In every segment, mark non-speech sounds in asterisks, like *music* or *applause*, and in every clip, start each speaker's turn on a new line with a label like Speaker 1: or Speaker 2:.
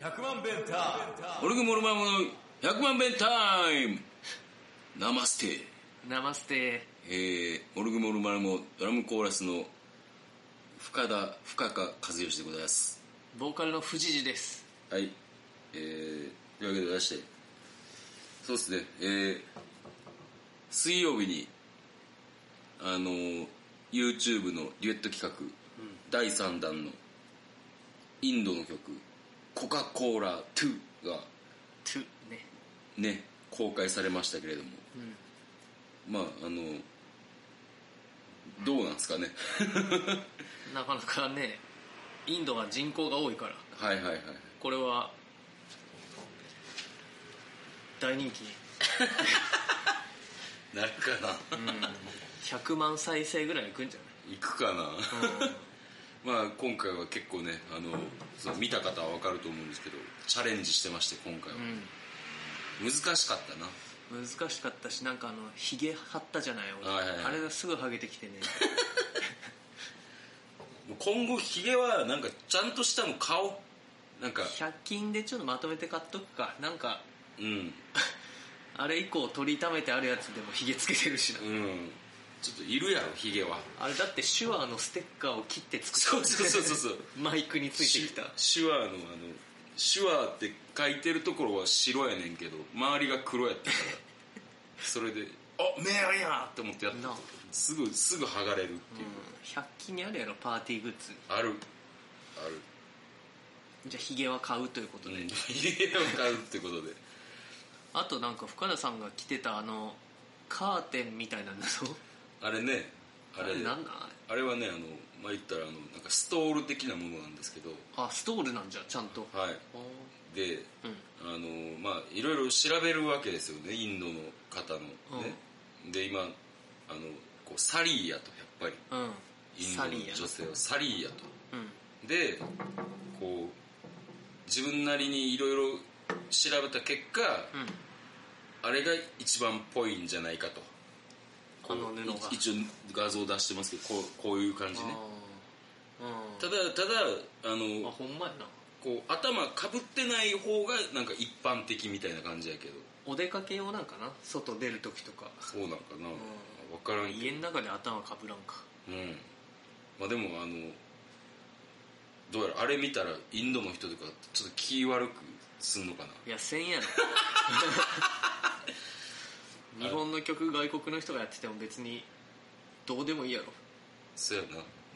Speaker 1: 100万弁タイムモルグモルマモの100万弁タイムナマステ
Speaker 2: ナマステ
Speaker 1: えー、モルグモルマルモドラムコーラスの深田深川和義でございます
Speaker 2: ボーカルの藤次です
Speaker 1: はいえー、というわけで出してそうですねえー、水曜日にあのー YouTube のデュエット企画、第3弾のインドの曲「コカ・コーラ2」が
Speaker 2: トゥね
Speaker 1: ね公開されましたけれども、まああのどうなんですかね
Speaker 2: なかなかねインドは人口が多いから
Speaker 1: はいはいはい
Speaker 2: これは大人気
Speaker 1: なるかな、
Speaker 2: 100万再生ぐらいいくんじゃ
Speaker 1: 行くかな、
Speaker 2: ない、
Speaker 1: *laughs* まあ今回は結構ねあのそう見た方は分かると思うんですけどチャレンジしてまして今回は、難しかったな
Speaker 2: 難しかったしなんかあのひげ張ったじゃない俺、
Speaker 1: はいはいはい
Speaker 2: あれがすぐハゲてきてね
Speaker 1: もう今後ヒゲはなんかちゃんとしたもう顔なんか
Speaker 2: 100均でちょっとまとめて買っとくかなんか
Speaker 1: うん
Speaker 2: あれ以降取りためてあるやつでもひげつけてるしな、
Speaker 1: うんちょっといるやろヒゲは *laughs*
Speaker 2: あれだって手話のステッカーを切って
Speaker 1: そ
Speaker 2: 作っ
Speaker 1: う
Speaker 2: た
Speaker 1: そうそうそうそう
Speaker 2: *laughs* マイクについてきた
Speaker 1: 手手話のあの手話って書いてるところは白やねんけど周りが黒やったから *laughs* それで「あ目ありや!」って思ってやった
Speaker 2: なあ
Speaker 1: すぐすぐ剥がれるっていう、
Speaker 2: 100均にあるやろパーティーグッズ
Speaker 1: あるある
Speaker 2: じゃあヒゲは買うということで、
Speaker 1: ね *laughs* 家を買うってことで
Speaker 2: あとなんか深田さんが着てたあのカーテンみたいなんだぞ
Speaker 1: あれねあれ
Speaker 2: なん
Speaker 1: ね
Speaker 2: なんあ
Speaker 1: あれはねあのまあ言ったらあのなんかストール的なものなんですけど
Speaker 2: れあストールなんじゃちゃんと
Speaker 1: はい
Speaker 2: おー
Speaker 1: で、
Speaker 2: うん
Speaker 1: あのまあいろいろ調べるわけですよねインドの方のね、で今あのこうサリーヤとやっぱり
Speaker 2: うん
Speaker 1: インド
Speaker 2: サ
Speaker 1: の
Speaker 2: リーや
Speaker 1: 女性はサリーヤと
Speaker 2: うん
Speaker 1: でこう自分なりにいろいろ調べた結果、
Speaker 2: うん
Speaker 1: あれが一番っぽいんじゃないかとこう
Speaker 2: あの布が
Speaker 1: い一応画像出してますけどこうこういう感じね
Speaker 2: あーうん
Speaker 1: ただただあ
Speaker 2: あ
Speaker 1: の
Speaker 2: ほんまやな
Speaker 1: こう頭かぶってない方がなんか一般的みたいな感じやけど
Speaker 2: お出かけ用なんかな外出る時とか
Speaker 1: そうなんかな、わからんけ
Speaker 2: 家の中で頭かぶらんか
Speaker 1: どうんまあでもあのどうやらあれ見たらインドの人とかちょっと気悪くすんのかない
Speaker 2: やせんやろ日本の曲外国の人がやってても別にどうでもいいやろ
Speaker 1: そうやな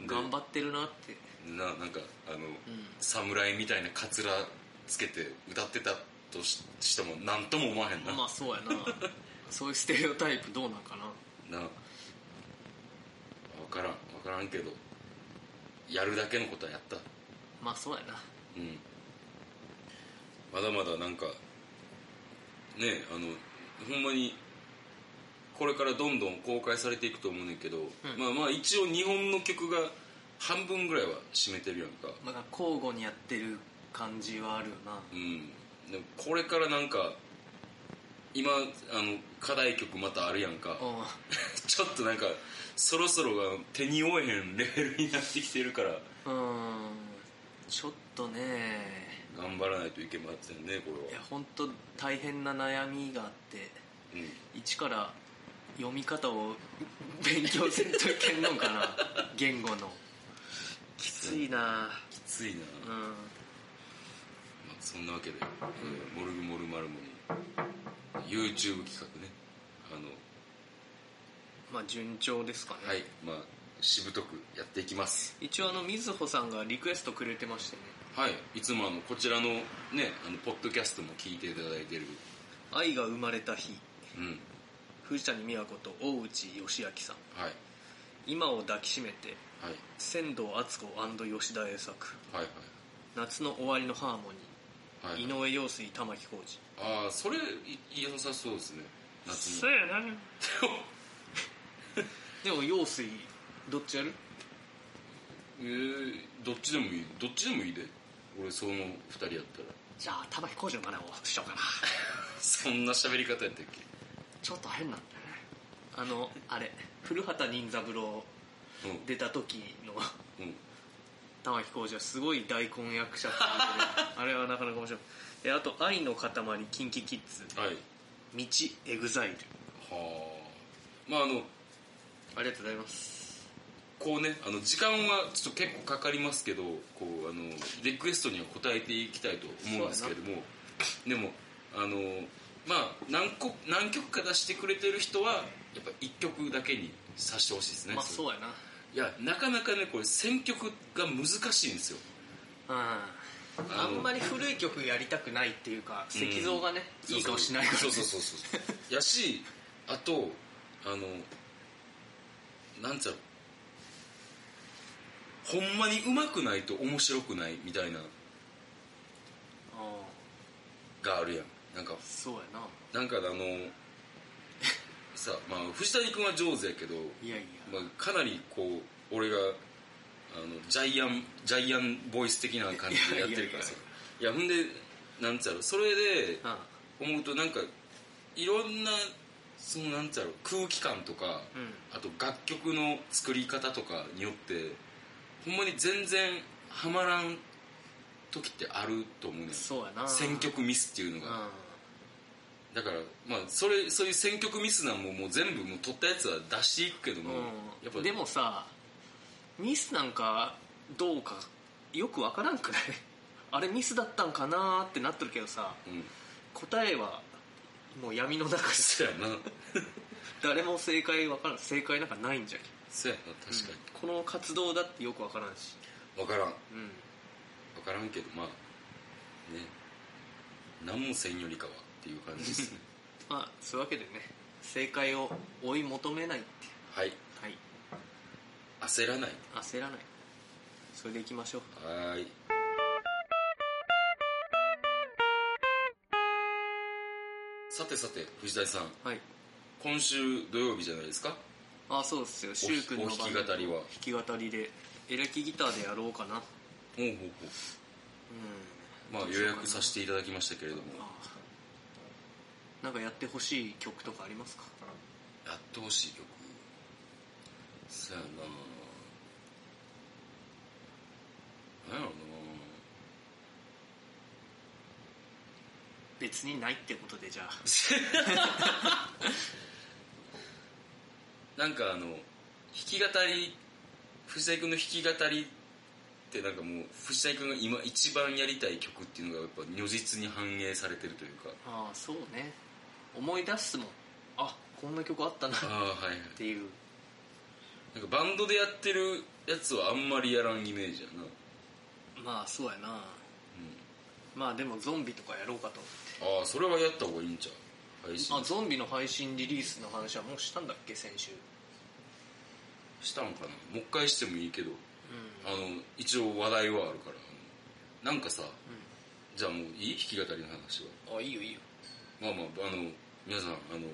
Speaker 2: 頑張
Speaker 1: っ
Speaker 2: ってるなって
Speaker 1: ななんかあの、
Speaker 2: うん
Speaker 1: 侍みたいなカツラつけて歌ってたとししても何とも思わへんな、
Speaker 2: まあそうやなそういうステレオタイプどうなんかな
Speaker 1: な分からん分からんけどやるだけのことはやった
Speaker 2: まあそうやな
Speaker 1: うんまだまだなんかねあのほんまにこれからどんどん公開されていくと思うねんけど、まあまあ一応日本の曲が半分ぐらいは占めてるやんか
Speaker 2: まだ交互にやってる感じはあるよな
Speaker 1: うんでもこれからなんか今あの課題曲またあるやんか、
Speaker 2: うん
Speaker 1: ちょっとなんかそろそろが手に負えへんレベルになってきてるから
Speaker 2: うーんちょっとね
Speaker 1: 頑張らないといけませんねこ
Speaker 2: い
Speaker 1: れ
Speaker 2: や
Speaker 1: は、
Speaker 2: 本当大変な悩みがあって
Speaker 1: うん、
Speaker 2: 一から読み方を勉強せんといけんのか *laughs* な言語のきついな
Speaker 1: きついな、
Speaker 2: うん
Speaker 1: まあ、そんなわけで、えーモルグモルマルモに YouTube 企画ねあの
Speaker 2: まあ順調ですかね、
Speaker 1: はいまあしぶとくやっていきます
Speaker 2: 一応あの水穂さんがリクエストくれてましてね
Speaker 1: はいいつもあのこちらのねあのポッドキャストも聞いていただいてる
Speaker 2: 「愛が生まれた日
Speaker 1: うん
Speaker 2: 藤谷美和子と大内義明さん
Speaker 1: はい
Speaker 2: 今を抱きしめて
Speaker 1: はい
Speaker 2: 仙道敦子吉田栄作
Speaker 1: はい
Speaker 2: 夏の終わりのハーモニ
Speaker 1: はいはい
Speaker 2: ー井上陽水玉置浩
Speaker 1: ああそれい良さそうですね
Speaker 2: 二
Speaker 1: 夏に
Speaker 2: そうやなでも陽水どっちやる
Speaker 1: えー、どっちでもいいどっちでもいいで俺その2人やったら
Speaker 2: じゃあ玉置浩二の真似をしようかな
Speaker 1: そんな喋り方やったっ
Speaker 2: ちょっと変なんだよねあのあれ古畑任三郎
Speaker 1: けうん
Speaker 2: 出た時の
Speaker 1: うん
Speaker 2: 玉置浩二はすごい大根役者っていうことであれはなかなか面白いであと「愛の塊」「キンキキッズ」
Speaker 1: はい
Speaker 2: 「道エグザイル
Speaker 1: はあまああの」
Speaker 2: ありがとうございます
Speaker 1: こうねあの時間はちょっと結構かかりますけどこうあのリクエストには答えていきたいと思うんですけれどもでもあのまあ何個何曲か出してくれてる人はやっぱ1曲だけにさしてほしいですね、
Speaker 2: まあそうやない
Speaker 1: やなかなかねこれ選曲が難しいんですよ
Speaker 2: うん
Speaker 1: の
Speaker 2: あんまり古い曲やりたくないっていうか石像がね、いい顔しないから、ね、
Speaker 1: そうそうそうそうそうやしあとあのなんつうのほんまにうまくないと面白くないみたいな
Speaker 2: あ
Speaker 1: があるやんなんか
Speaker 2: ーそうやな
Speaker 1: なんかあの *laughs* さまあ藤谷君は上手やけど、
Speaker 2: いやいや、
Speaker 1: まあ、かなりこう俺があのジャイアンジャイアンボイス的な感じでやってるからさいやほんでなんつうやろそれで思うとなんかいろんなそのなんつうやろ空気感とか、
Speaker 2: うんうん
Speaker 1: あと楽曲の作り方とかによってほんまに全然ハマらん時ってあると思うねん
Speaker 2: そうやな
Speaker 1: 選曲ミスっていうの
Speaker 2: うん
Speaker 1: が、だからまあそれそういう選曲ミスなんももう全部もう取ったやつは出していくけども、やっ
Speaker 2: う
Speaker 1: ぱ
Speaker 2: ん、でもさミスなんかどうかよくわからんくない *laughs* あれミスだったんかなーってなってるけどさ
Speaker 1: うん
Speaker 2: 答えはもう闇の中です
Speaker 1: そやな
Speaker 2: 誰も正解わからん正解なんかないんじゃん
Speaker 1: そやな確か
Speaker 2: うんこの活動だってよくわからんし
Speaker 1: に、わ分からん
Speaker 2: うん
Speaker 1: 分からんけどまあね何もせんよりかはっていう感じです
Speaker 2: *laughs*
Speaker 1: ね
Speaker 2: まあそういうわけでね正解を追い求めないってい
Speaker 1: はいう
Speaker 2: はい
Speaker 1: 焦らない
Speaker 2: 焦らないそれでいきましょう
Speaker 1: はーいさてさて藤谷さん
Speaker 2: はい
Speaker 1: 今週土曜日じゃないですか
Speaker 2: あそうですよ
Speaker 1: お
Speaker 2: 柊君の
Speaker 1: お弾き語りは
Speaker 2: 弾き語りでエレキギターでやろうか
Speaker 1: ほ
Speaker 2: なうん
Speaker 1: うほうほうまあ予約させていただきましたけれども
Speaker 2: ああなんかやってほしい曲とかありますか
Speaker 1: やってほしい曲そやな何やろ
Speaker 2: 別にないってことでじゃあ
Speaker 1: ななんかあの弾き語り藤谷君の弾き語りってなんかもう藤谷君が今一番やりたい曲っていうのがやっぱ如実に反映されてるというか
Speaker 2: ああそうね思い出すもんあこんな曲あったなっ
Speaker 1: ああはいはい
Speaker 2: ていう
Speaker 1: なんかバンドでやってるやつはあんまりやらんイメージやな、うん、
Speaker 2: まあそうやなまあでもゾンビとかやろうかと
Speaker 1: ああそれはやった方がいいんちゃう配信
Speaker 2: あゾンビの配信リリースの話はもうしたんだっけ先週
Speaker 1: したんかなもう一回してもいいけど
Speaker 2: うん
Speaker 1: あの一応話題はあるからあのなんかさ、じゃあもういい弾き語りの話は
Speaker 2: あいいよいいよ
Speaker 1: まあまああの皆さんあの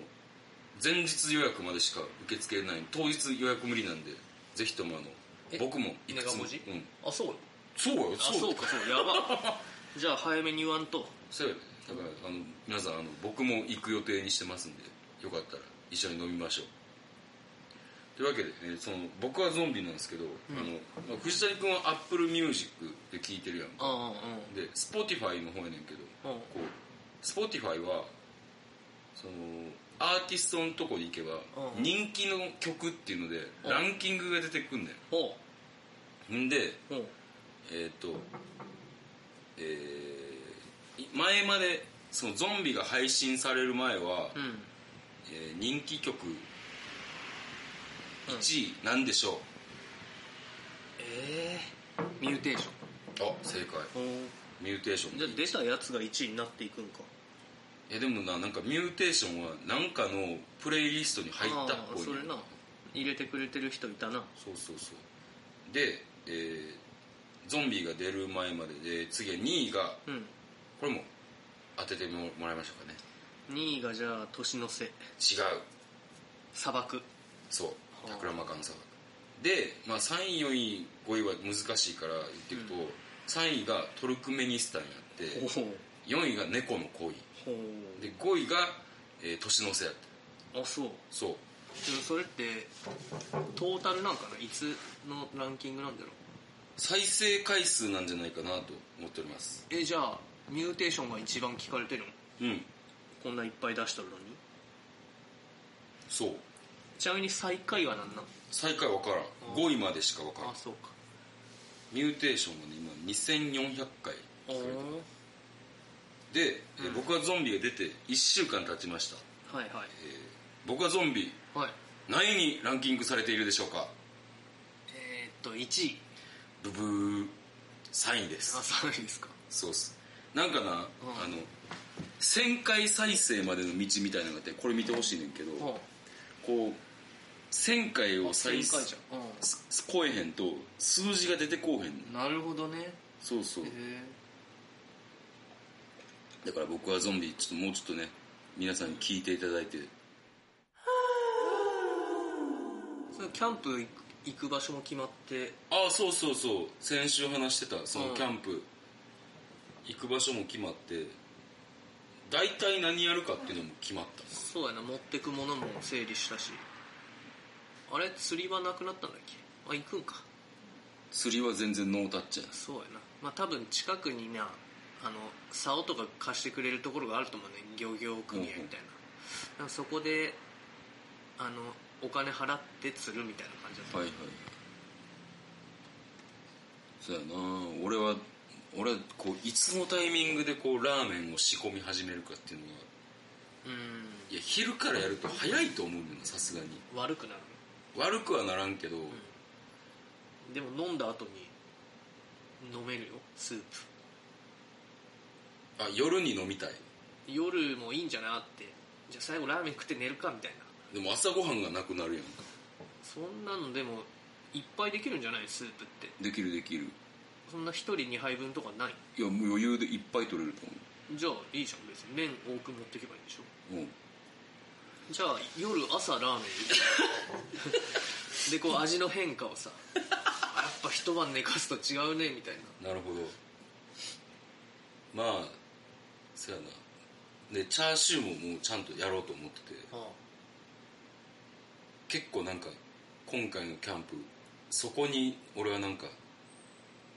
Speaker 1: 前日予約までしか受け付けない当日予約無理なんでぜひともあの
Speaker 2: え
Speaker 1: 僕もいく
Speaker 2: 稲
Speaker 1: つ
Speaker 2: 川
Speaker 1: も、う
Speaker 2: 文字
Speaker 1: ん、
Speaker 2: あそう
Speaker 1: そうよ
Speaker 2: あそうかそうやば *laughs* じゃあ早めに言わんと
Speaker 1: そうよだからあの皆さんあの僕も行く予定にしてますんでよかったら一緒に飲みましょうというわけで、えーその僕はゾンビなんですけど、あのまあ藤谷君はアップルミュージックで聴いてるやん
Speaker 2: うんうん
Speaker 1: で Spotify の方やねんけど
Speaker 2: うんうん
Speaker 1: こう Spotify はそのアーティストのとこに行けば
Speaker 2: うん
Speaker 1: 人気の曲っていうので
Speaker 2: うん
Speaker 1: ランキングが出てくんね
Speaker 2: ほ
Speaker 1: んんで
Speaker 2: うほう
Speaker 1: えっ、とえーい前までそのゾンビが配信される前は、
Speaker 2: うん
Speaker 1: えー人気曲1位なんでしょ
Speaker 2: ええミューテーション
Speaker 1: う、あ正解
Speaker 2: ほ
Speaker 1: ミューテーション
Speaker 2: うじゃあ出たやつが1位になっていくんか
Speaker 1: えでもななんかミューテーションはなんかのプレイリストに入ったっぽ
Speaker 2: あ
Speaker 1: い
Speaker 2: あそれな入れてくれてる人いたな
Speaker 1: そうそうそうで、えーゾンビが出る前までで次は2位が
Speaker 2: うん
Speaker 1: これも当ててもらいましょうかね
Speaker 2: 2位がじゃあ年の瀬
Speaker 1: 違う
Speaker 2: 砂漠
Speaker 1: そう
Speaker 2: あ
Speaker 1: タクラマカンサーで、まあ、3位4位5位は難しいから言っていくと、3位がトルクメニスタンやって
Speaker 2: ほう
Speaker 1: 4位が猫の恋
Speaker 2: ほ
Speaker 1: で5位が、えー年の瀬やった
Speaker 2: うあそう
Speaker 1: そう
Speaker 2: でもそれってトータルなんかないつのランキングなんだろ
Speaker 1: 再生回数なんじゃないかなと思っております
Speaker 2: えじゃあミューテーションが一番聞かれてるの
Speaker 1: うん
Speaker 2: こんないっぱい出しとるのに
Speaker 1: そう
Speaker 2: ちなみに最下位は何なの
Speaker 1: 最下位分からん5位までしか分からん
Speaker 2: あそうか
Speaker 1: ミューテーションはね今2400回
Speaker 2: おお
Speaker 1: で、えー僕はゾンビが出て1週間経ちました、
Speaker 2: はいはい
Speaker 1: えー僕はゾンビ
Speaker 2: はい
Speaker 1: 何位にランキングされているでしょうか
Speaker 2: えー、っと1位
Speaker 1: ブブー3位で
Speaker 2: あ
Speaker 1: す
Speaker 2: 3位ですか
Speaker 1: そうっすなんかな、あの1000回再生までの道みたいなのがあってこれ見てほしいねんけど、
Speaker 2: うん
Speaker 1: こう1000回を再
Speaker 2: 最下
Speaker 1: 生
Speaker 2: 位じゃん、う
Speaker 1: すす超えへんと数字が出てこうへん
Speaker 2: ん、なるほどね
Speaker 1: そうそう
Speaker 2: へえ
Speaker 1: だから僕はゾンビちょっともうちょっとね皆さんに聞いていただいて
Speaker 2: そのキャンプ行く行く場所も決まって
Speaker 1: ああそうそうそう先週話してたその
Speaker 2: うん
Speaker 1: キャンプ、行く場所も決まって大体何やるかっていうのも決まった、
Speaker 2: そうやな持ってくものも整理したしあれ釣り場なくなったんだっけあ行くんか
Speaker 1: 釣りは全然ノータッチやん
Speaker 2: そうやなまあ多分近くになあの竿とか貸してくれるところがあると思うね漁業組合みたいな,、なんかそこであのお金払って釣るみたいな感じだった、
Speaker 1: はいはいそうやな俺は俺はこういつのタイミングでこうラーメンを仕込み始めるかっていうのは
Speaker 2: うん
Speaker 1: いや昼からやると早いと思うのよさすがに
Speaker 2: 悪くなる
Speaker 1: 悪くはならんけど、
Speaker 2: でも飲んだ後に飲めるよスープ
Speaker 1: あ夜に飲みたい
Speaker 2: 夜もいいんじゃないあってじゃあ最後ラーメン食って寝るかみたいな
Speaker 1: でも朝ごはんがなくなるやんか
Speaker 2: そんなのでもいっぱいできるんじゃないスープって
Speaker 1: できるできる
Speaker 2: そんな1人2杯分とかない
Speaker 1: いやもう余裕でいっぱい取れると
Speaker 2: じゃあいいじゃん別に麺多く持ってけばいいでしょ
Speaker 1: 思ううん
Speaker 2: じゃあ夜朝ラーメン行 *laughs* くでこう味の変化をさあやっぱ一晩寝かすと違うねみたいな
Speaker 1: なるほどまあそうやなでチャーシューももうちゃんとやろうと思ってて
Speaker 2: あ
Speaker 1: 結構なんか今回のキャンプそこに俺はなんか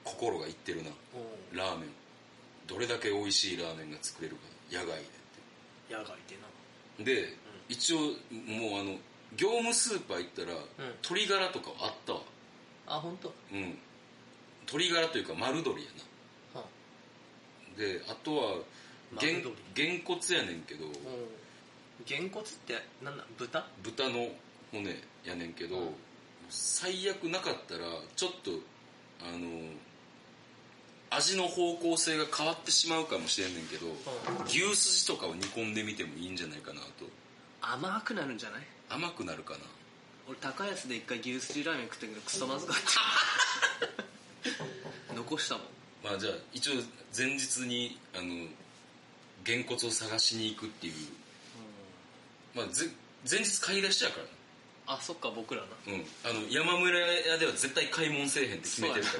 Speaker 1: 心がいってるな
Speaker 2: おう
Speaker 1: ラーメンどれだけ美味しいラーメンが作れるか野外でっ
Speaker 2: 野外でな
Speaker 1: てで、一応もうあの業務スーパー行ったら、鶏ガラとかあったわ
Speaker 2: あ本当。
Speaker 1: うん鶏ガラというか丸鶏やな
Speaker 2: は
Speaker 1: であとはげん
Speaker 2: 丸鶏
Speaker 1: げんこつやねんけど
Speaker 2: おうげんこつってなんだ豚
Speaker 1: 豚の骨やねんけど、
Speaker 2: うん
Speaker 1: 最悪なかったらちょっとあの味の方向性が変わってしまうかもしれんねんけど、牛すじとかを煮込んでみてもいいんじゃないかなと
Speaker 2: 甘くなるんじゃない
Speaker 1: 甘くなるかな
Speaker 2: 俺高安で一回牛すじラーメン食ったけどクソまずかった *laughs* 残したもん
Speaker 1: まあじゃあ一応前日にあのげんこつを探しに行くっていう、まあ、ぜ前日買い出しやからな
Speaker 2: あそっか僕らな
Speaker 1: うん、あの山村屋では絶対買い物せえへんって決めてるか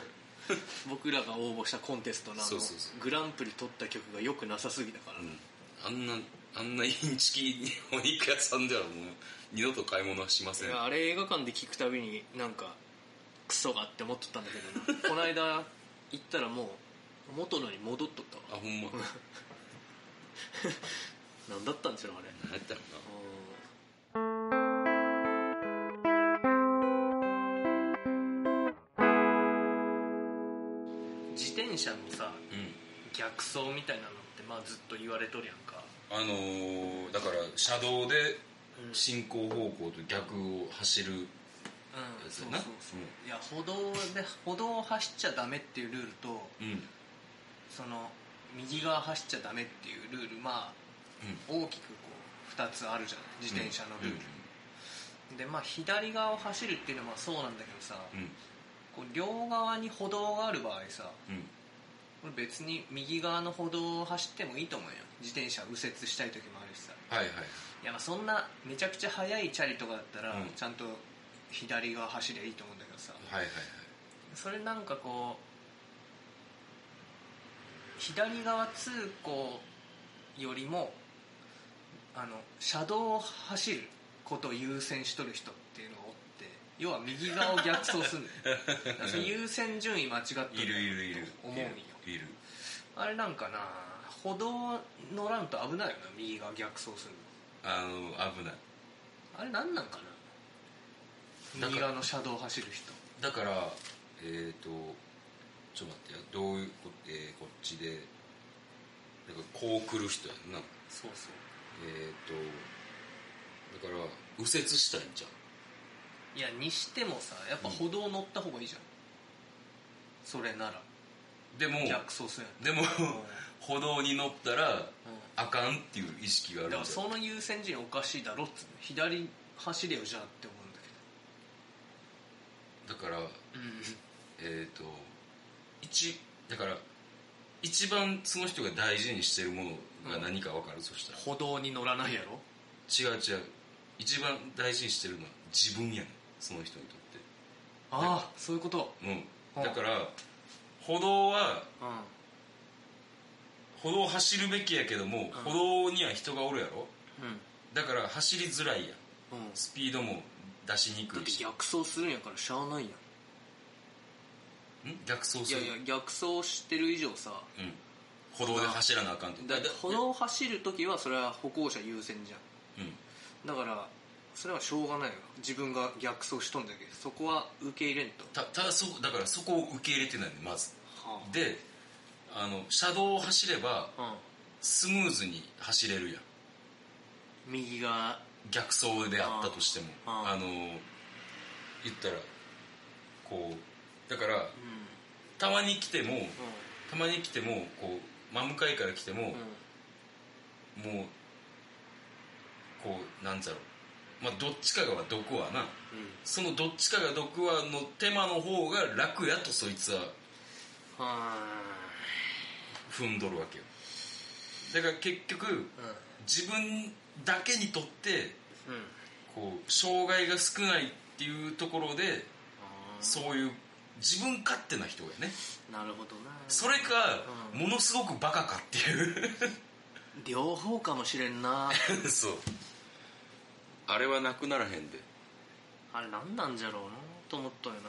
Speaker 2: そう僕らが応募したコンテストのあの
Speaker 1: そうそうそう
Speaker 2: グランプリ取った曲がよくなさすぎたから、
Speaker 1: ら、うん、あんなあんなインチキお肉屋さんではもう二度と買い物はしません
Speaker 2: いやあれ映画館で聞くたびになんかクソがって思っとったんだけ
Speaker 1: *laughs*
Speaker 2: どなこの間行ったらもう元のに戻っとった
Speaker 1: あ
Speaker 2: わ
Speaker 1: ほんま
Speaker 2: 何だったんですよあれ
Speaker 1: 何やったのか
Speaker 2: 自転車のさ
Speaker 1: なうん
Speaker 2: 逆走みたいなのってまあずっと言われとるやんか
Speaker 1: あのーだから車道で
Speaker 2: うん
Speaker 1: 進行方向と逆を走る
Speaker 2: うん
Speaker 1: そ
Speaker 2: そうう
Speaker 1: やな
Speaker 2: そうそう、いや歩道で *laughs* 歩道を走っちゃダメっていうルールと
Speaker 1: うんうん
Speaker 2: その右側走っちゃダメっていうルールまあ大きくこう2つあるじゃない自転車のルール、でまあ左側を走るっていうのはそうなんだけどさ、
Speaker 1: うんうん
Speaker 2: こう両側に歩道がある場合さ
Speaker 1: うん
Speaker 2: これ別に右側の歩道を走ってもいいと思うよ自転車右折したい時もあるしさ
Speaker 1: はいはい
Speaker 2: いやまあそんなめちゃくちゃ速いチャリとかだったら、
Speaker 1: うん
Speaker 2: ちゃんと左側走りゃいいと思うんだけどさ
Speaker 1: はいはいはい
Speaker 2: それなんかこう左側通行よりもあの車道を走ることを優先しとる人っていうのがおって要は右側を逆走
Speaker 1: *laughs*
Speaker 2: すんだよだからそれ優先順位間違って
Speaker 1: いるいるいる
Speaker 2: 思うんよ
Speaker 1: いる
Speaker 2: あれなんかな歩道乗らんと危ないよな右側逆走する
Speaker 1: あの危ない
Speaker 2: のあれなんなんか
Speaker 1: だか
Speaker 2: な
Speaker 1: ら
Speaker 2: 右側の車道を走る人
Speaker 1: だからえっ、とちょっと待ってよどういうこ,、えーこっちでなんかこう来る人やんな
Speaker 2: そうそう
Speaker 1: えっ、とだから右折したいんじゃん
Speaker 2: いやにしてもさやっぱ歩道乗った方がいいじゃん、それなら
Speaker 1: でも
Speaker 2: 逆走する
Speaker 1: でも *laughs*
Speaker 2: やん、うん
Speaker 1: 歩道に乗ったらあかんっていう意識があ
Speaker 2: だか
Speaker 1: るん
Speaker 2: ら
Speaker 1: じゃん
Speaker 2: その優先順位おかしいだろっつうの左走れよじゃあって思うんだ
Speaker 1: だから
Speaker 2: けど
Speaker 1: えっ、と一だから一番その人が大事にしてるものが何か分かる、そしたら
Speaker 2: 歩道に乗らないやろ
Speaker 1: 違う違う一番大事にしてるのは自分やねんその人にとって
Speaker 2: ああそういうこと
Speaker 1: う、
Speaker 2: うんん
Speaker 1: だから歩道は
Speaker 2: うん
Speaker 1: 歩道を走るべきやけども、
Speaker 2: うん
Speaker 1: 歩道には人がおるやろだから走りづらいやん
Speaker 2: うんうん
Speaker 1: スピードも出しに
Speaker 2: だ
Speaker 1: く
Speaker 2: っ
Speaker 1: い
Speaker 2: て
Speaker 1: し
Speaker 2: 逆走するんやからしゃあないやん
Speaker 1: ん逆走
Speaker 2: い
Speaker 1: す
Speaker 2: や
Speaker 1: る
Speaker 2: いや逆走してる以上さ
Speaker 1: うん、歩道で走らなあかんと
Speaker 2: だって歩道を走る時はそれは歩行者優先じゃん
Speaker 1: うん
Speaker 2: だからそれはしょうがないよ自分が逆走しとんだけどそこは受け入れんと
Speaker 1: たただそだからそこを受け入れてないのまず
Speaker 2: は
Speaker 1: であの車道を走れば
Speaker 2: あ
Speaker 1: スムーズに走れるやん
Speaker 2: うん右が
Speaker 1: 逆走であったとしても
Speaker 2: あ
Speaker 1: あ
Speaker 2: あ
Speaker 1: の言ったらこうだから
Speaker 2: うん
Speaker 1: たまに来てもたまに来てもこう真向かいから来ても、
Speaker 2: うん
Speaker 1: もうこうなんだろう、まあ、どっちかが毒はな
Speaker 2: うん
Speaker 1: そのどっちかが毒はの手間の方が楽やとそいつは
Speaker 2: は
Speaker 1: 踏んどるわけよだから結局
Speaker 2: ーい
Speaker 1: 自分だけにとって
Speaker 2: うんうん
Speaker 1: こう障害が少ないっていうところで
Speaker 2: あー
Speaker 1: そういう自分勝手な人がね
Speaker 2: なるほどな
Speaker 1: それか
Speaker 2: うん
Speaker 1: ものすごくバカかっていう
Speaker 2: 両方かもしれんな *laughs*
Speaker 1: そうあれはなくならへんで
Speaker 2: あれなんなんじゃろうなと思ったよな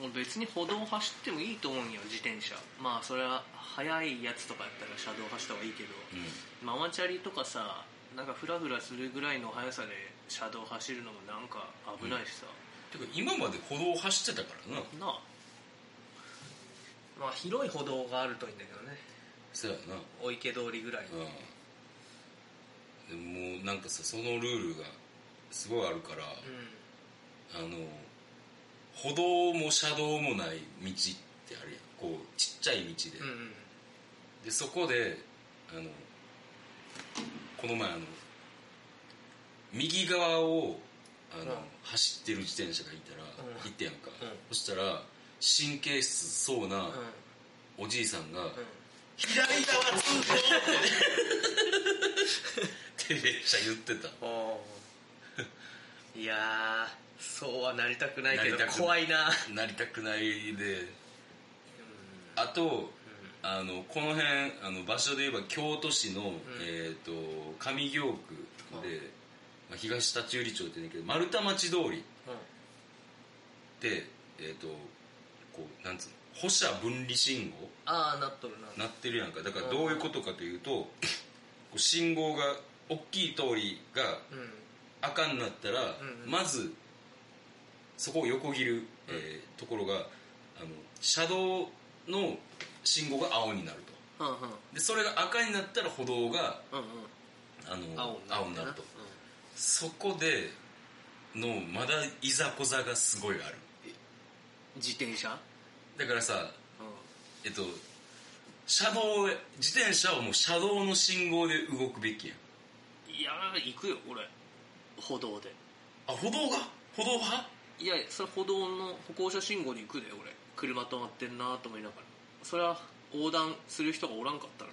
Speaker 2: 俺別に歩道走ってもいいと思うんよ自転車まあそれは速いやつとかやったら車道走った方がいいけど、ママチャリとかさなんかフラフラするぐらいの速さで車道走るのもなんか危ないしさ、
Speaker 1: てか今まで歩道を走ってたからな
Speaker 2: なあまあ広い歩道があるといいんだけどね
Speaker 1: そうやな
Speaker 2: お池通りぐらいの
Speaker 1: うんでももうなんかさそのルールがすごいあるから、
Speaker 2: う
Speaker 1: あの歩道も車道もない道ってあるやんこうちっちゃい道で、
Speaker 2: んうんうん
Speaker 1: でそこであのこの前あの右側をあの、
Speaker 2: うん
Speaker 1: 走ってる自転車がいたら、
Speaker 2: う
Speaker 1: い
Speaker 2: ん
Speaker 1: てやんか、
Speaker 2: うん
Speaker 1: そしたら神経質そうな
Speaker 2: うん
Speaker 1: おじいさんが「
Speaker 2: うん
Speaker 1: 左側通行!」ってねってめっちゃ言ってた
Speaker 2: おー *laughs* いやーそうはなりたくないけど
Speaker 1: なりたく
Speaker 2: 怖いな
Speaker 1: なりたくないであとあのこの辺あの場所で言えば京都市の、えー、と上京区で、まあ、東立売町って言うんだけど丸太町通り
Speaker 2: うん
Speaker 1: でえっ、とこうなんつうの歩車分離信号
Speaker 2: ああなっとるな
Speaker 1: なってるやんかだからどういうことかというと、こう信号が大きい通りが
Speaker 2: うんうん
Speaker 1: 赤になったら、
Speaker 2: うんうん
Speaker 1: まずそこを横切る、えーところがあの車道の信号が青になると
Speaker 2: うん
Speaker 1: でそれが赤になったら歩道が
Speaker 2: うん
Speaker 1: あの
Speaker 2: 青
Speaker 1: 青になるとそこでのまだいざこざがすごいある
Speaker 2: うん自転車
Speaker 1: だからさ
Speaker 2: う
Speaker 1: えっと車道へ自転車をもう車道の信号で動くべきやん
Speaker 2: んいやー行くよ俺歩道で
Speaker 1: あ歩道が歩道派
Speaker 2: いやそれ歩道の歩行者信号に行くで俺車止まってんなと思いながらそれは横断する人がおらんかった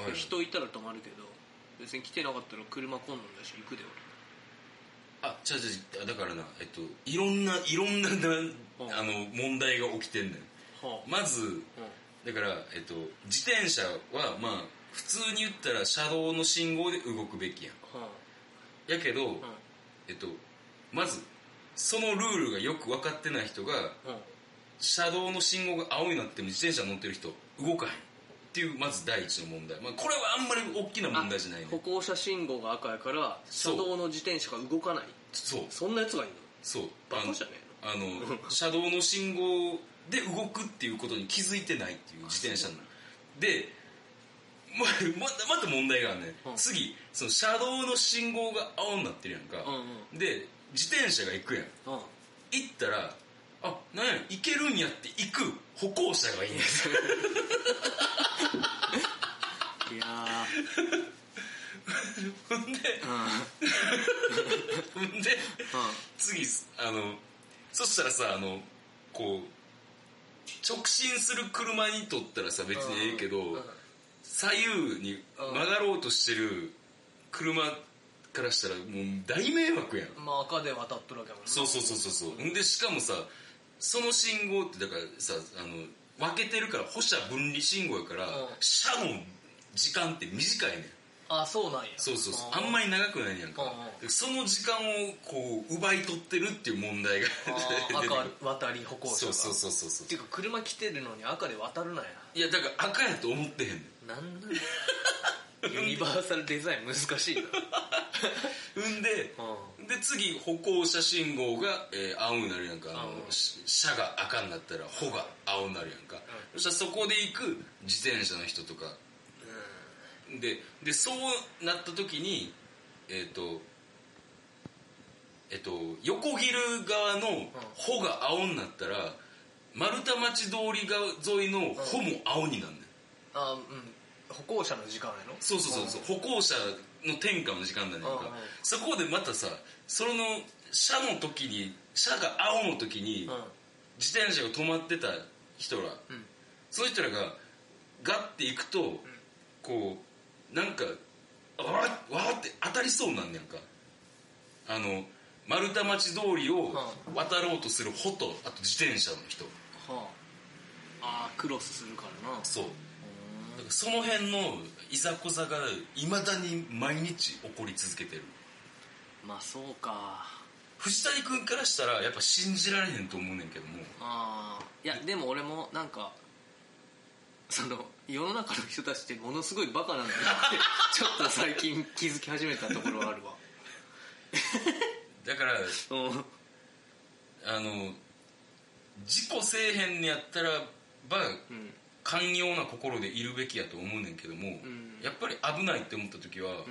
Speaker 2: らな、人いたら止まるけど別に来てなかったら車混んだし行くで
Speaker 1: あ違う違うだからなえっといろんないろんなな、あの問題が起きてんねん
Speaker 2: 俺はあ、
Speaker 1: まず
Speaker 2: うん
Speaker 1: だから、えっと、自転車はまあ普通に言ったら車道の信号で動くべきやん
Speaker 2: は
Speaker 1: やけど、
Speaker 2: あ、うん
Speaker 1: えっとまずそのルールがよく分かってない人が
Speaker 2: うん
Speaker 1: 車道の信号が青になっても自転車乗ってる人動かへんっていうまず第一の問題、まあ、これはあんまり大きな問題じゃないね
Speaker 2: 歩行者信号が赤やから車
Speaker 1: そう
Speaker 2: 道の自転車が動かない
Speaker 1: そう
Speaker 2: そんなやつがいいの
Speaker 1: そう
Speaker 2: バ
Speaker 1: あの
Speaker 2: カじゃね
Speaker 1: あの車道の信号で動くっていうことに気づいてないっていう自転車のでままたまた問題があるね、
Speaker 2: うん
Speaker 1: 次その車道の信号が青になってるやんか、
Speaker 2: えの
Speaker 1: で自転車が行くやん
Speaker 2: うんうんうん
Speaker 1: 行ったらあなんや行けるんやって行く歩行者がいいんです
Speaker 2: いやー
Speaker 1: ほん
Speaker 2: *laughs*
Speaker 1: で
Speaker 2: う
Speaker 1: ほんで次あのそしたらさあのこう直進する車にとったらさ *laughs* 別にええけど、
Speaker 2: うん
Speaker 1: 左右に曲がろうとしてる車からしたらもう大迷惑やん、
Speaker 2: まあ赤で渡っとるわけやもんな
Speaker 1: そうそうそうそうそうほんでしかもさその信号ってだからさあの分けてるから歩車分離信号やから、
Speaker 2: ん
Speaker 1: 車の時間って短いねん
Speaker 2: あそうなんや
Speaker 1: そうそうそうあんまり長くないねやんか
Speaker 2: うん
Speaker 1: でその時間をこう奪い取ってるっていう問題が
Speaker 2: あ
Speaker 1: *laughs* 出てくる
Speaker 2: 赤渡り歩行
Speaker 1: *laughs*
Speaker 2: 者
Speaker 1: そう
Speaker 2: が
Speaker 1: そうそうそうそう
Speaker 2: っていうか車来てるのに赤で渡るなや
Speaker 1: いやだから赤やと思ってへんねん
Speaker 2: な
Speaker 1: *laughs*
Speaker 2: んなんやユニバーサルデザイン難しいな
Speaker 1: うんで、で次歩行者信号が、えー青になるやんかあの、
Speaker 2: うん
Speaker 1: し車が赤になったら歩が青になるやんか、
Speaker 2: う
Speaker 1: そしたらそこで行く自転車の人とかででそうなった時にえっ、とえっと、横切る側の「歩」が青になったら丸太町通り側沿いの「歩」も青になるねん
Speaker 2: あうん歩行者の時間やろ
Speaker 1: そうそうそうそう歩行者の転換の時間だねん
Speaker 2: うんうん
Speaker 1: かそこでまたさその車の時に車が青の時に
Speaker 2: うん
Speaker 1: 自転車が止まってた人ら
Speaker 2: うん
Speaker 1: その人らがガッて行くとこうなんかわーわーって当たりそうなんねやんかあの丸太町通りを渡ろうとする歩とあと自転車の人
Speaker 2: はああークロスするからな
Speaker 1: そうだからその辺のいざこざがいまだに毎日起こり続けてる
Speaker 2: まあそうか
Speaker 1: 藤谷君からしたらやっぱ信じられへんと思うねんけども
Speaker 2: ああいやでも俺もなんかその世の中の人たちってものすごいバカなんだ *laughs* なってちょっと最近気づき始めたところはあるわ
Speaker 1: だから
Speaker 2: *laughs* うん
Speaker 1: あの自己せえへんのやったらば
Speaker 2: うん
Speaker 1: 寛容な心でいるべきやと思うねんけども、
Speaker 2: ん
Speaker 1: やっぱり危ないって思った時は、
Speaker 2: ん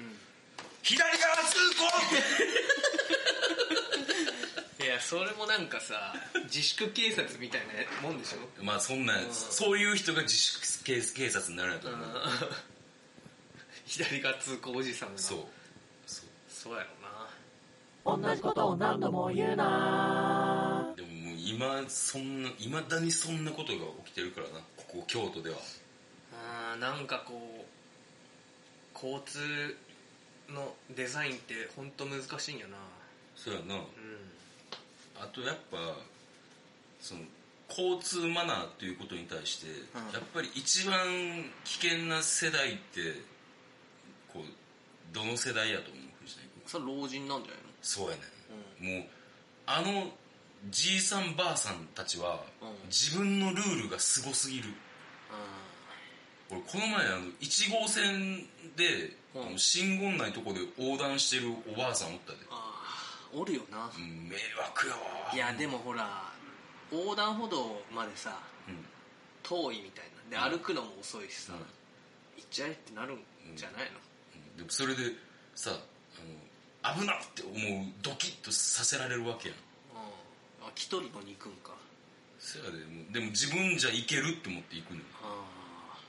Speaker 1: 左側通行って
Speaker 2: いやそれもなんかさ自粛警察みたいなもんでしょ
Speaker 1: *laughs* まあそんな、そういう人が自粛警警察になるんやと思う、
Speaker 2: *laughs* 左が通行おじさんが
Speaker 1: そうそう
Speaker 2: そうやろな
Speaker 3: 同じことを何度も言うな
Speaker 1: でももう今そんないまだにそんなことが起きてるからなここ京都では
Speaker 2: あーなんかこう交通のデザインって本当難しいんやな
Speaker 1: そうやな
Speaker 2: う
Speaker 1: あとやっぱその交通マナーっていうことに対して、
Speaker 2: ん
Speaker 1: やっぱり一番危険な世代ってこうどの世代やと思う藤谷君
Speaker 2: んそれ老人なんじゃないの
Speaker 1: そうやね、ん、もうあのじいさんばあさんたちは、
Speaker 2: うん
Speaker 1: 自分のルールがすごすぎる俺この前あの1号線で、
Speaker 2: うん
Speaker 1: あの信号ないとこで横断してるおばあさんおったで、
Speaker 2: あーおるよな
Speaker 1: うん迷惑やわ
Speaker 2: いやでもほら横断歩道までさ
Speaker 1: うん
Speaker 2: 遠いみたいなで歩くのも遅いしさ
Speaker 1: うん
Speaker 2: 行っちゃえってなるんじゃないの
Speaker 1: でもそれでさあの危なって思うドキッとさせられるわけやん
Speaker 2: うんあ一人のに行くんか
Speaker 1: そやでもうでも自分じゃいけるって思っていくのよ
Speaker 2: ああ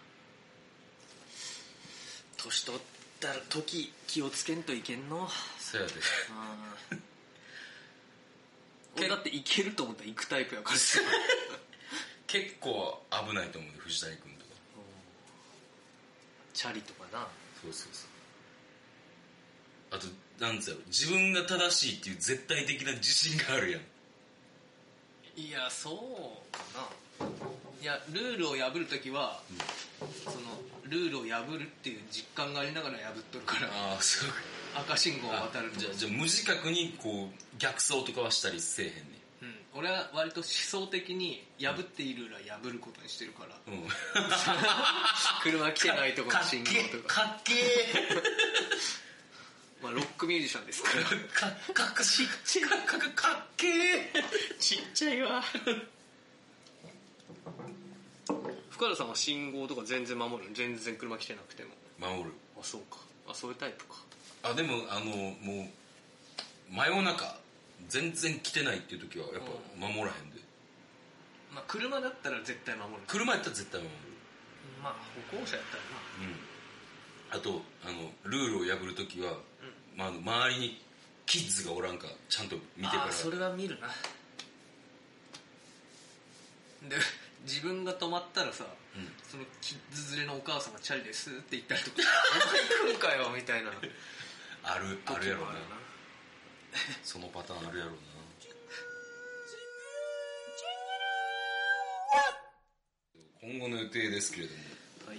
Speaker 2: 年取ったら時気をつけんといけんの
Speaker 1: そやで
Speaker 2: ああ俺だっていけると思ったら行くタイプや *laughs* から
Speaker 1: 結構危ないと思うで藤谷君とか
Speaker 2: チャリとかな
Speaker 1: そうそうそうあとなんつうやろ自分が正しいっていう絶対的な自信があるやん
Speaker 2: いやそうかないやルールを破るときは、そのルールを破るっていう実感がありながら破っとるから
Speaker 1: ああそう
Speaker 2: 赤信号を
Speaker 4: あ
Speaker 2: 渡る
Speaker 4: じゃあじゃあ無自覚にこう逆走とかはしたりせえへんね
Speaker 2: うん、俺は割と思想的に破っているルールは破ることにしてるから、
Speaker 4: うん
Speaker 2: 車来てない *laughs* とこ
Speaker 4: か
Speaker 2: の
Speaker 4: っけ
Speaker 2: 信号
Speaker 4: え
Speaker 2: とか
Speaker 4: かっけえ
Speaker 2: まあ、ロックミュージシャンですから
Speaker 4: かかかしちかかかかっけ
Speaker 2: ちっちゃいわ深田さんは信号とか全然守るの全然車来てなくても *laughs*
Speaker 4: 守る
Speaker 2: あそうかあそういうタイプか
Speaker 4: あでもあのもう真夜中全然来てないっていう時はやっぱ守らへんで
Speaker 2: まあ車だったら絶対守る
Speaker 4: 車やったら絶対守る
Speaker 2: まあ歩行者やったらまあ
Speaker 4: うんあとあのルールを破る時は、まあ、あの周りにキッズがおらんかちゃんと見てから
Speaker 2: あーそれは見るなで自分が止まったらさ、
Speaker 4: ん
Speaker 2: そのキッズ連れのお母さんがチャリですって言ったりとか「 *laughs* お前来るかよ」みた *laughs* いな
Speaker 4: あるあるやろう
Speaker 2: 時も
Speaker 4: な
Speaker 2: あ
Speaker 4: そのパターンあるやろうな今後の予定ですけれども
Speaker 2: なはい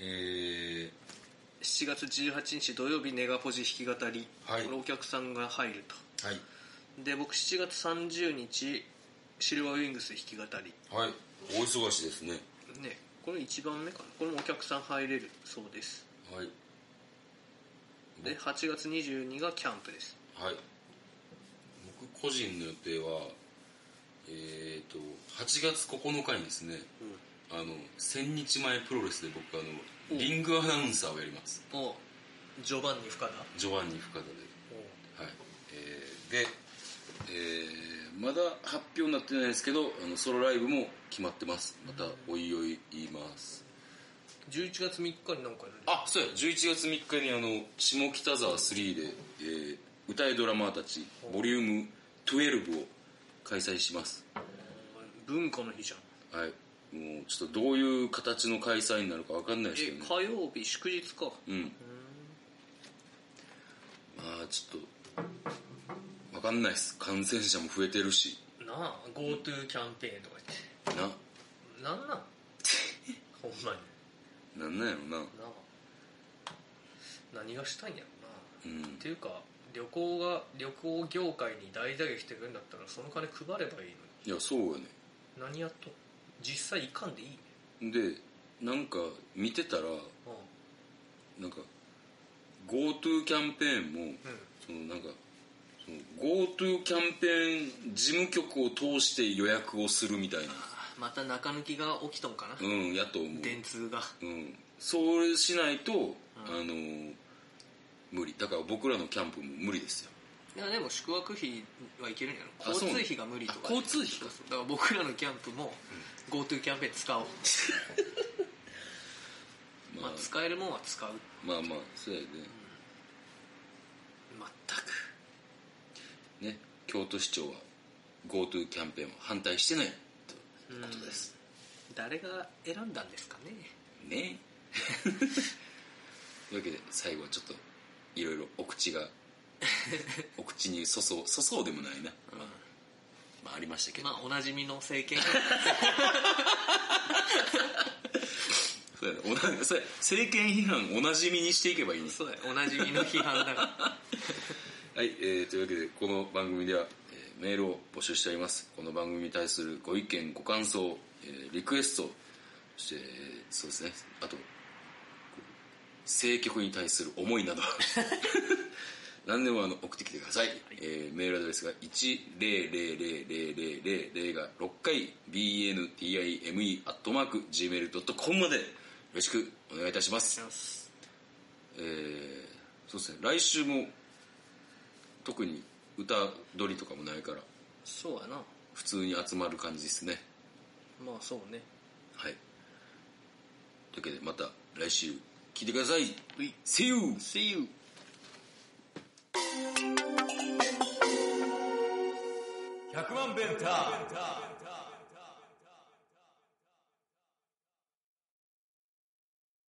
Speaker 4: え
Speaker 2: 7月18日土曜日ネガポジ弾き語り、
Speaker 4: はい
Speaker 2: これお客さんが入ると
Speaker 4: ー、はい
Speaker 2: で僕7月30日シルバーウィングス弾き語り
Speaker 4: はいお忙しいですね
Speaker 2: ねこれ1番目かなこれもお客さん入れるそうです
Speaker 4: はい
Speaker 2: で8月22がキャンプです
Speaker 4: はい僕個人の予定はえっ、と8月9日にですね、あの千日前プロレスで僕あのリングアナウンサーをやります
Speaker 2: お序盤に深田
Speaker 4: ジョバンニ深田ではいえーで、
Speaker 1: えーまだ発表になってないですけどあのソロライブも決まってますまたおいおい言います
Speaker 2: 11月3日に何かやる
Speaker 1: あそうや11月3日にあの下北沢3で、えー歌いドラマーたちボリューム12を開催します
Speaker 2: 文化の日じゃん
Speaker 1: はいもうちょっとどういう形の開催になるか分かんないですけ
Speaker 2: え
Speaker 1: どね
Speaker 2: 火曜日祝日か
Speaker 1: うんまあちょっと分かんないです感染者も増えてるし
Speaker 2: なあ GoTo キャンペーンとか言
Speaker 1: な
Speaker 2: ってなんなん
Speaker 1: *laughs*
Speaker 2: ほんまに
Speaker 1: なんなんやろな
Speaker 2: なあ何がしたいんやろな
Speaker 1: うん
Speaker 2: っていうか旅行が旅行業界に大打撃してくるんだったらその金配ればいい
Speaker 1: いやそうやね
Speaker 2: のに何やっとん実際行かんでいいね
Speaker 1: でなんか見てたら
Speaker 2: うん
Speaker 1: なんか GoTo キャンペーンも、そのなんかその GoTo キャンペーン事務局を通して予約をするみたいな
Speaker 2: また中抜きが起きとんかな、
Speaker 1: うんやと思う
Speaker 2: 電通が
Speaker 1: うんそれしないと、あのー無理だから僕らのキャンプも無理ですよ
Speaker 2: いやでも宿泊費はいけるんやろ
Speaker 1: あそう
Speaker 2: 交通費が無理とか
Speaker 1: あ交通費か
Speaker 2: そうそうだから僕らのキャンプも GoTo キャンペーン使おう、ま
Speaker 1: ま
Speaker 2: あ
Speaker 1: あ、
Speaker 2: 使えるもんは使う
Speaker 1: まあまあそうやね
Speaker 2: まったく
Speaker 1: ね京都市長は GoTo キャンペーンを反対してないということです
Speaker 2: 誰が選んだんですかね *laughs*
Speaker 1: ねというわけで最後はちょっといろいろお口
Speaker 2: *laughs*
Speaker 1: がお口にそそうそそうでもないな、まあまあ、ありましたけど、
Speaker 2: まあおなじみの政権
Speaker 1: そうやねおなそうや政権批判おなじみにしていけばいいね
Speaker 2: そうだよおなじみの批判だから *laughs*
Speaker 1: はい、えーというわけでこの番組では、えーメールを募集しておりますこの番組に対するご意見ご感想、えーリクエストそして、えーそうですねあとこう政局に対する思いなど何でもあの送ってきてください、えーメールアドレスが1000000が6回 bntime.gmail.com までよろしくお願いいたしますえーそうですね来週も特に歌取りとかもないから
Speaker 2: そうやな
Speaker 1: 普通に集まる感じですね
Speaker 2: まあそうね
Speaker 1: はいというわけでまた来週聞いてください
Speaker 2: うい
Speaker 1: See you!
Speaker 2: See you
Speaker 5: Jack Van Benta.